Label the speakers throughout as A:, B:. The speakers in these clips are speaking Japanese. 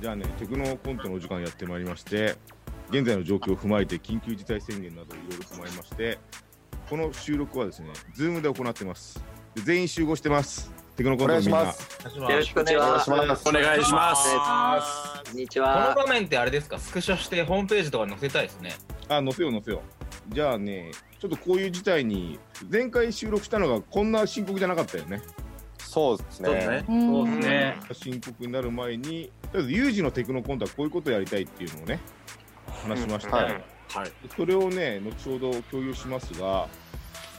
A: じゃあね、テクノコントのお時間やってまいりまして、現在の状況を踏まえて、緊急事態宣言などいろいろ踏まえまして、この収録はですね、ズームで行ってます。で全員集合してます。テクノコ
B: お
A: ント
B: 願
A: のみ
B: いし
A: んな。
B: ます。
C: よろしくお願いし
B: お願いし
C: ま。
B: ますす
D: お願いします
C: こんにち
E: この
C: は。
E: 場面ってあれですかスクショしてホームページとかに載せたいですね
A: あ、載せよう載せよう。じゃあね、ちょっとこういう事態に、前回収録したのがこんな深刻じゃなかったよね。
B: そうです
D: そうです
B: ね。
D: ね。
F: そうですね。
E: ね
A: 深刻になる前に、とりあえず有事のテクノコントはこういうことをやりたいっていうのをね、話しました。
B: うん
A: はい
D: はい。
A: それをね、後ほど共有しますが、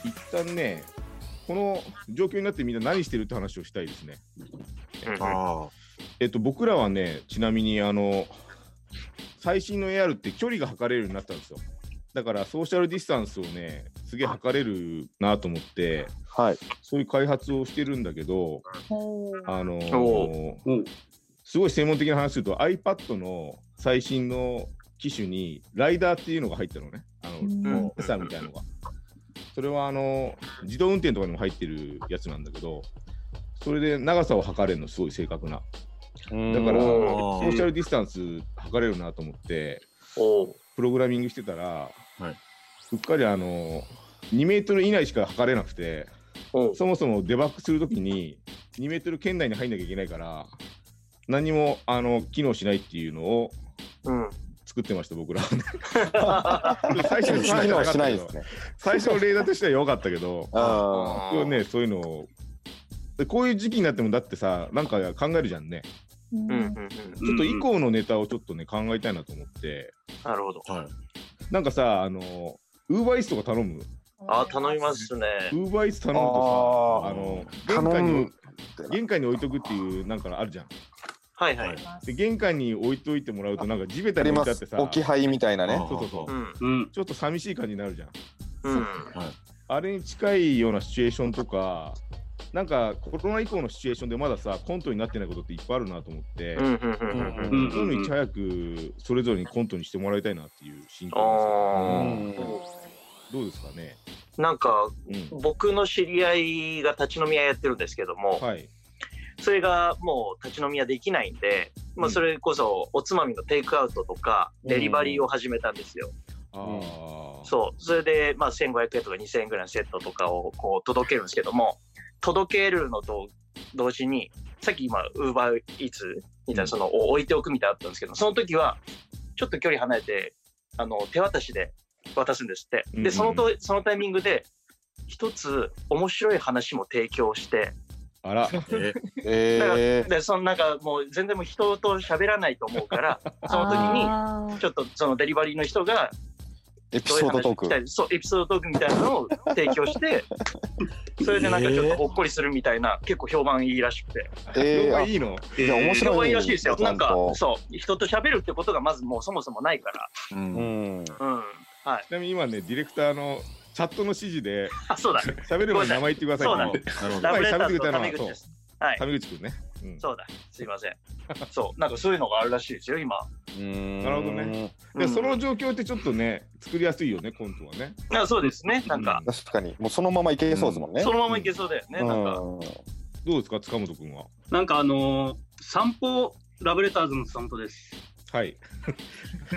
A: 一旦ね、この状況になってみんな何してるって話をしたいですね。
D: あ
A: えっと、僕らはね、ちなみに、あの、最新の AR って距離が測れるようになったんですよ。だから、ソーシャルディスタンスをね、すげえ測れるなと思って、
B: はい。
A: そういう開発をしてるんだけど、あのー
C: お
A: すごい専門的な話すると iPad の最新の機種にライダーっていうのが入ったのね。あの、
C: ん
A: センサーみたいなのが。それはあの自動運転とかにも入ってるやつなんだけど、それで長さを測れるのすごい正確な。だから
B: うん
A: ソーシャルディスタンス測れるなと思って
C: おう
A: プログラミングしてたら、
D: はいう
A: っかりあの2メートル以内しか測れなくて。
C: おう
A: そもそもデバッグするときに2メートル圏内に入んなきゃいけないから何もあの機能しないっていうのを
C: うん。
A: 作ってました 僕ら最初の
B: 機
A: 話じゃな
B: 能
A: かっ
B: したない
A: け
B: で
A: ど
B: すね。
A: 最初のレーダーとしては良かったけど
B: あ
A: 要はねそういうのをでこういう時期になってもだってさなんか考えるじゃんね
C: うんうんうん。
A: ちょっと以降のネタをちょっとね考えたいなと思って
C: なるほど。
D: あ。はい。
A: なんかさあのウーバーイーツとか頼む
C: あ、頼みますね。
A: ウーバーイーツ頼むと
B: あ
A: さ
B: ー
A: あの
B: 頼
A: 玄
B: む
A: 関に玄関に置いとくっていうなんかあるじゃん
C: はいはい。
A: で玄関に置いといてもらうとなんか地べ
B: あ
A: たに
B: り
A: 置い
B: ま
A: てあっ
B: す
A: て。さ
B: 置き配みたいなね。
A: そうそうそう
C: う。ん。
A: ちょっと寂しい感じになるじゃん
C: うん。
A: あれに近いようなシチュエーションとかなんかコロナ以降のシチュエーションでまださコントになってないことっていっぱいあるなと思って、
C: うんうんうんうん。
A: そういうのいち早くそれぞれにコントにしてもらいたいなっていう心境
C: あ
A: で
B: うん
A: すどうですかね、
C: ーなんか
A: うん
C: 僕の知り合いが立ち飲み屋やってるんですけども、
A: はい
C: それがもう立ち飲み屋できないんで、ま
A: う
C: あ
A: ん
C: それこそおつまみのテイクアウトとかデリバリーを始めたんですよ。
A: あー
C: そう。それで、まあ、1500円とか2000円ぐらいのセットとかをこう届けるんですけども、届けるのと同時に、さっき今、ウーバーイーツみたいな、その、を置いておくみたいなのあったんですけど、その時は、ちょっと距離離れて、あの、手渡しで渡すんですって。
A: うんうん
C: で、そのと、そのタイミングで、一つ面白い話も提供して、
A: あら
D: え
B: え
C: で、そのなんかもう全然もう人と喋らないと思うから、 その時に、
F: の
C: ちょっとそのデリバリーの人が
B: ー、エピソードトー
C: どういう話聞きた
B: ク。
C: いそう、エピソードトークみたいなのを提供 して、それでなんかちょっとほっこりするみたいな、結構評判いいらしくて。
B: え
A: 評
B: ー、あ
A: 判いいの
B: いや面
C: 評
B: 白
C: 判い
B: い
C: いらしいですよ。
B: ちゃ
C: なん
B: ん
C: か、
B: と。
C: そう、人と喋るってことがまずもうそもそもないか
B: う
D: ー。
B: ん。
C: ら。うん。はい。
A: ちなみに今ねディレクターのチャットの指示で
C: あ、そうだ。
A: 喋る前に名前言ってください
C: そうだ
A: って
D: なるほど
C: ラブレター
A: 今喋ってくれ
C: と
A: たの
C: タ
A: は
C: メ口です。はい。
A: タメ口くんね、うん
C: そうだ。すいま せん。そう、なんかそういうのがあるらしいですよ、今。
B: な
A: なるほどね。
C: う
A: で
C: ん
A: その状況ってちょっとね作りやすいよねコントはね
C: あそうですね。なんか、
B: 確かに、もうそのままいけそうですもんね。
C: そのままいけそうだよね。
B: うん
C: なんか、
A: どうですか塚本くんは
G: なんかあのー散歩ラブレターズの散歩です。
A: はい。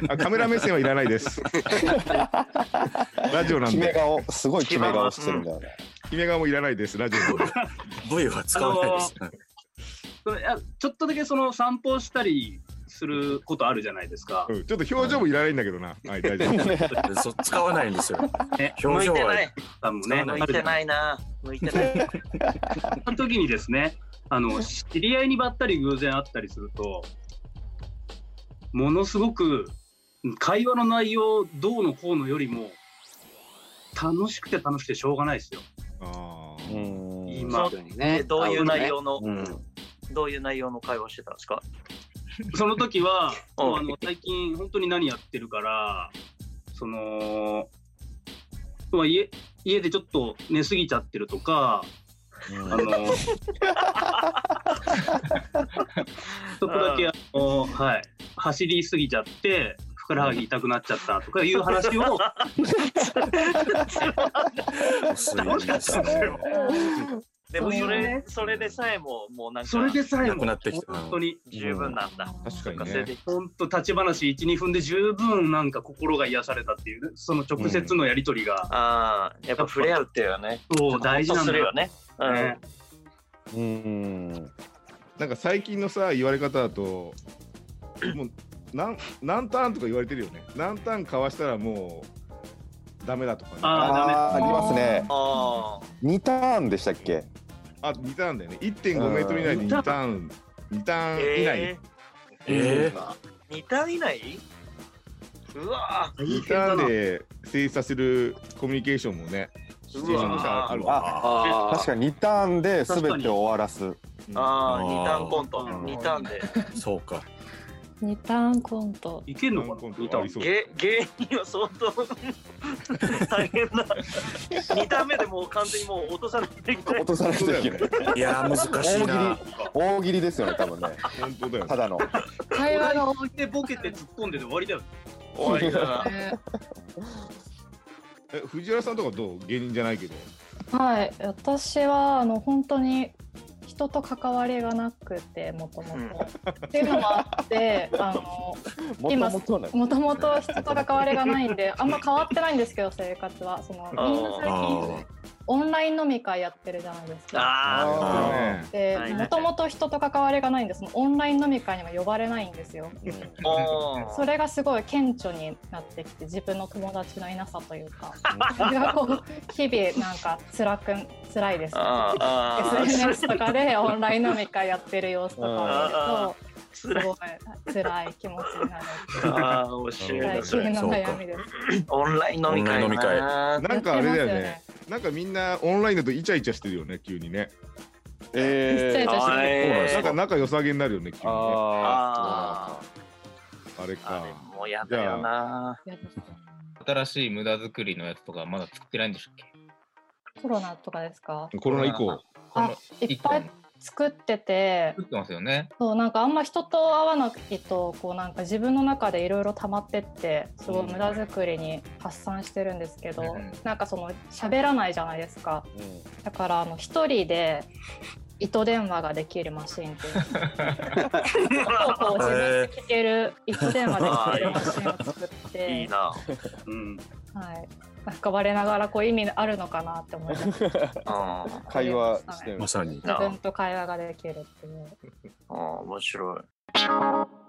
A: あカメラ目線はいらないです。ラジオなん
B: 決
A: で。
B: め顔、すごい決め顔してるんだよね。
A: 姫側もいらないです。ラジオなんで。
D: V は使わないですね。
G: そのいやちょっとだけその散歩したりすることあるじゃないですか。
A: うんちょっと表情もいらないんだけどな。はい、大丈夫。
D: そう使わないんですよ。
G: ね、
D: 表
C: 向い
D: 情
C: て
D: は
C: ない。
G: 多分ね。
C: 向いてないな。向いてない。
G: その時にですね、あの知り合いにばったり偶然会ったりすると、ものすごく会話の内容どうのこうのよりも楽しくて楽しくてしょうがないですよ。
A: あ
B: う
A: ー
B: ん
G: 今
C: えどういう内容の、
B: うん
C: どういう内容の会話してたんですか
G: その時は、
C: うん
G: もうあの最近本当に何やってるから、その、まあ、家家でちょっと寝すぎちゃってるとか、あのちょっとだけあの、はい、走りすぎちゃって、ふくらはぎ痛くなっちゃったとかいう話を、
D: 薄いですね。
C: でもそ
G: そういう
C: れ
G: ね、
C: それでさえも、もうなんか、
G: それでさえ
D: な
G: も
D: くなってきて。
G: 本当に
C: 十分なんだ。
A: 確かにね
C: なんかそれで
G: 本当立ち話12分で十分なんか心が癒されたっていうその直接のやり取りが、
C: ああ、やっぱ触れ合うっていうのはね、
G: そう大事なん
C: ほっとす
G: だ
C: る
G: よ
C: よね。う
G: ね
C: ん。
B: うん。
A: なんか最近のさ言われ方だともう何何ターンとか言われてるよね何ターンかわしたらもうダメだとかね
G: あー
B: ああー、ありますね。
C: あ
B: 2ターンでしたっけ
A: あ2ターンだよね1.5メートル以内に2ターン2タ
C: あ。
A: ーン以内、
D: ええ。
C: えー、2単以内うわ
A: 二2ターンで成立させるコミュニケーションもねシチュエーションとしてあるわ
B: あ
C: あ
B: 確かに2ターンで全てを終わらす。
A: に
C: ああ、
D: あー
C: 二単コント。
G: うん
C: 二単で。
D: そうか。
F: 二ターンコント。
G: いけんの
A: ワン
G: か
A: コン
G: な
A: ト
G: 見た
A: ありそう
C: 芸芸人は相当大変な。二単目でもう完全にもう落とさないといけない
B: 落。とさないといけ ない。
D: いやー難しいな。
B: 大喜利ですよね、多分ね。
A: 本当だよね
B: ただの。
F: 会話が多
G: おでボケて突っ込んでで終わりだよ
C: 終わりだな。
F: いね。
A: え藤原さんとかどう芸人じゃないけど
F: はい、私はあの本当に人と関わりがなくてもともと。っていうのもあってあの
B: もと
F: 今
B: もとね。
F: もともと人と関わりがないんであんま変わってないんですけど生活はそのみんな最
D: あ
F: 近オンライン飲み会やってるじゃないですか。
C: あ
B: あ
A: ね
F: で
C: はい
F: もともと人と関わりがないんでそのオンライン飲み会には呼ばれないんですよ。
C: あ。おー
F: それがすごい顕著になってきて自分の友達のいなさというかそれがこう日々なんか辛くん辛いです、ね、
C: あーあー。
F: SNS とかでオンライン飲み会やってる様子とかを見
C: 辛
F: ると
C: い
F: すごい辛い気持ちになる
C: ああ、面白い
F: 最
C: な。それ
F: 近の悩みです。
C: オンライン飲み会
D: オンライン飲み会
C: な
A: なんかあれだよね
F: やって
A: なんかみんなオンラインだとイチャイチャしてるよね急にね
F: ますよね。ちっちゃ
B: え
F: い
B: ー。
F: 女子
C: あえー
A: なんか仲良さげになるよね急にねあ
C: あー
A: れ
C: あ
A: か
C: れもうやだよな。
F: やってま
E: 新しい無駄作りのやつとかまだ作ってないんでしたっけ
F: すコロナとかですか
A: コロナ以降
F: あいっぱい作ってて
E: 作ってますよね。
F: そうなんかあんま人と会わないとこうなんか自分の中でいろいろ溜まってってすごい無駄作りに発散してるんですけど、
E: うん
F: なんかその喋らないじゃないですかだからあの一人で糸電話ができるマシンっ ていうのこう自分で聞ける糸電話で聞けるマシンを作っ て
C: いいな。
G: うん
F: はい、なんか我ながらこう意味あるのかなって思います
C: うん。うん
B: 会話してる
D: ま。さに。
F: 自分と会話ができるっていう
C: 面白い。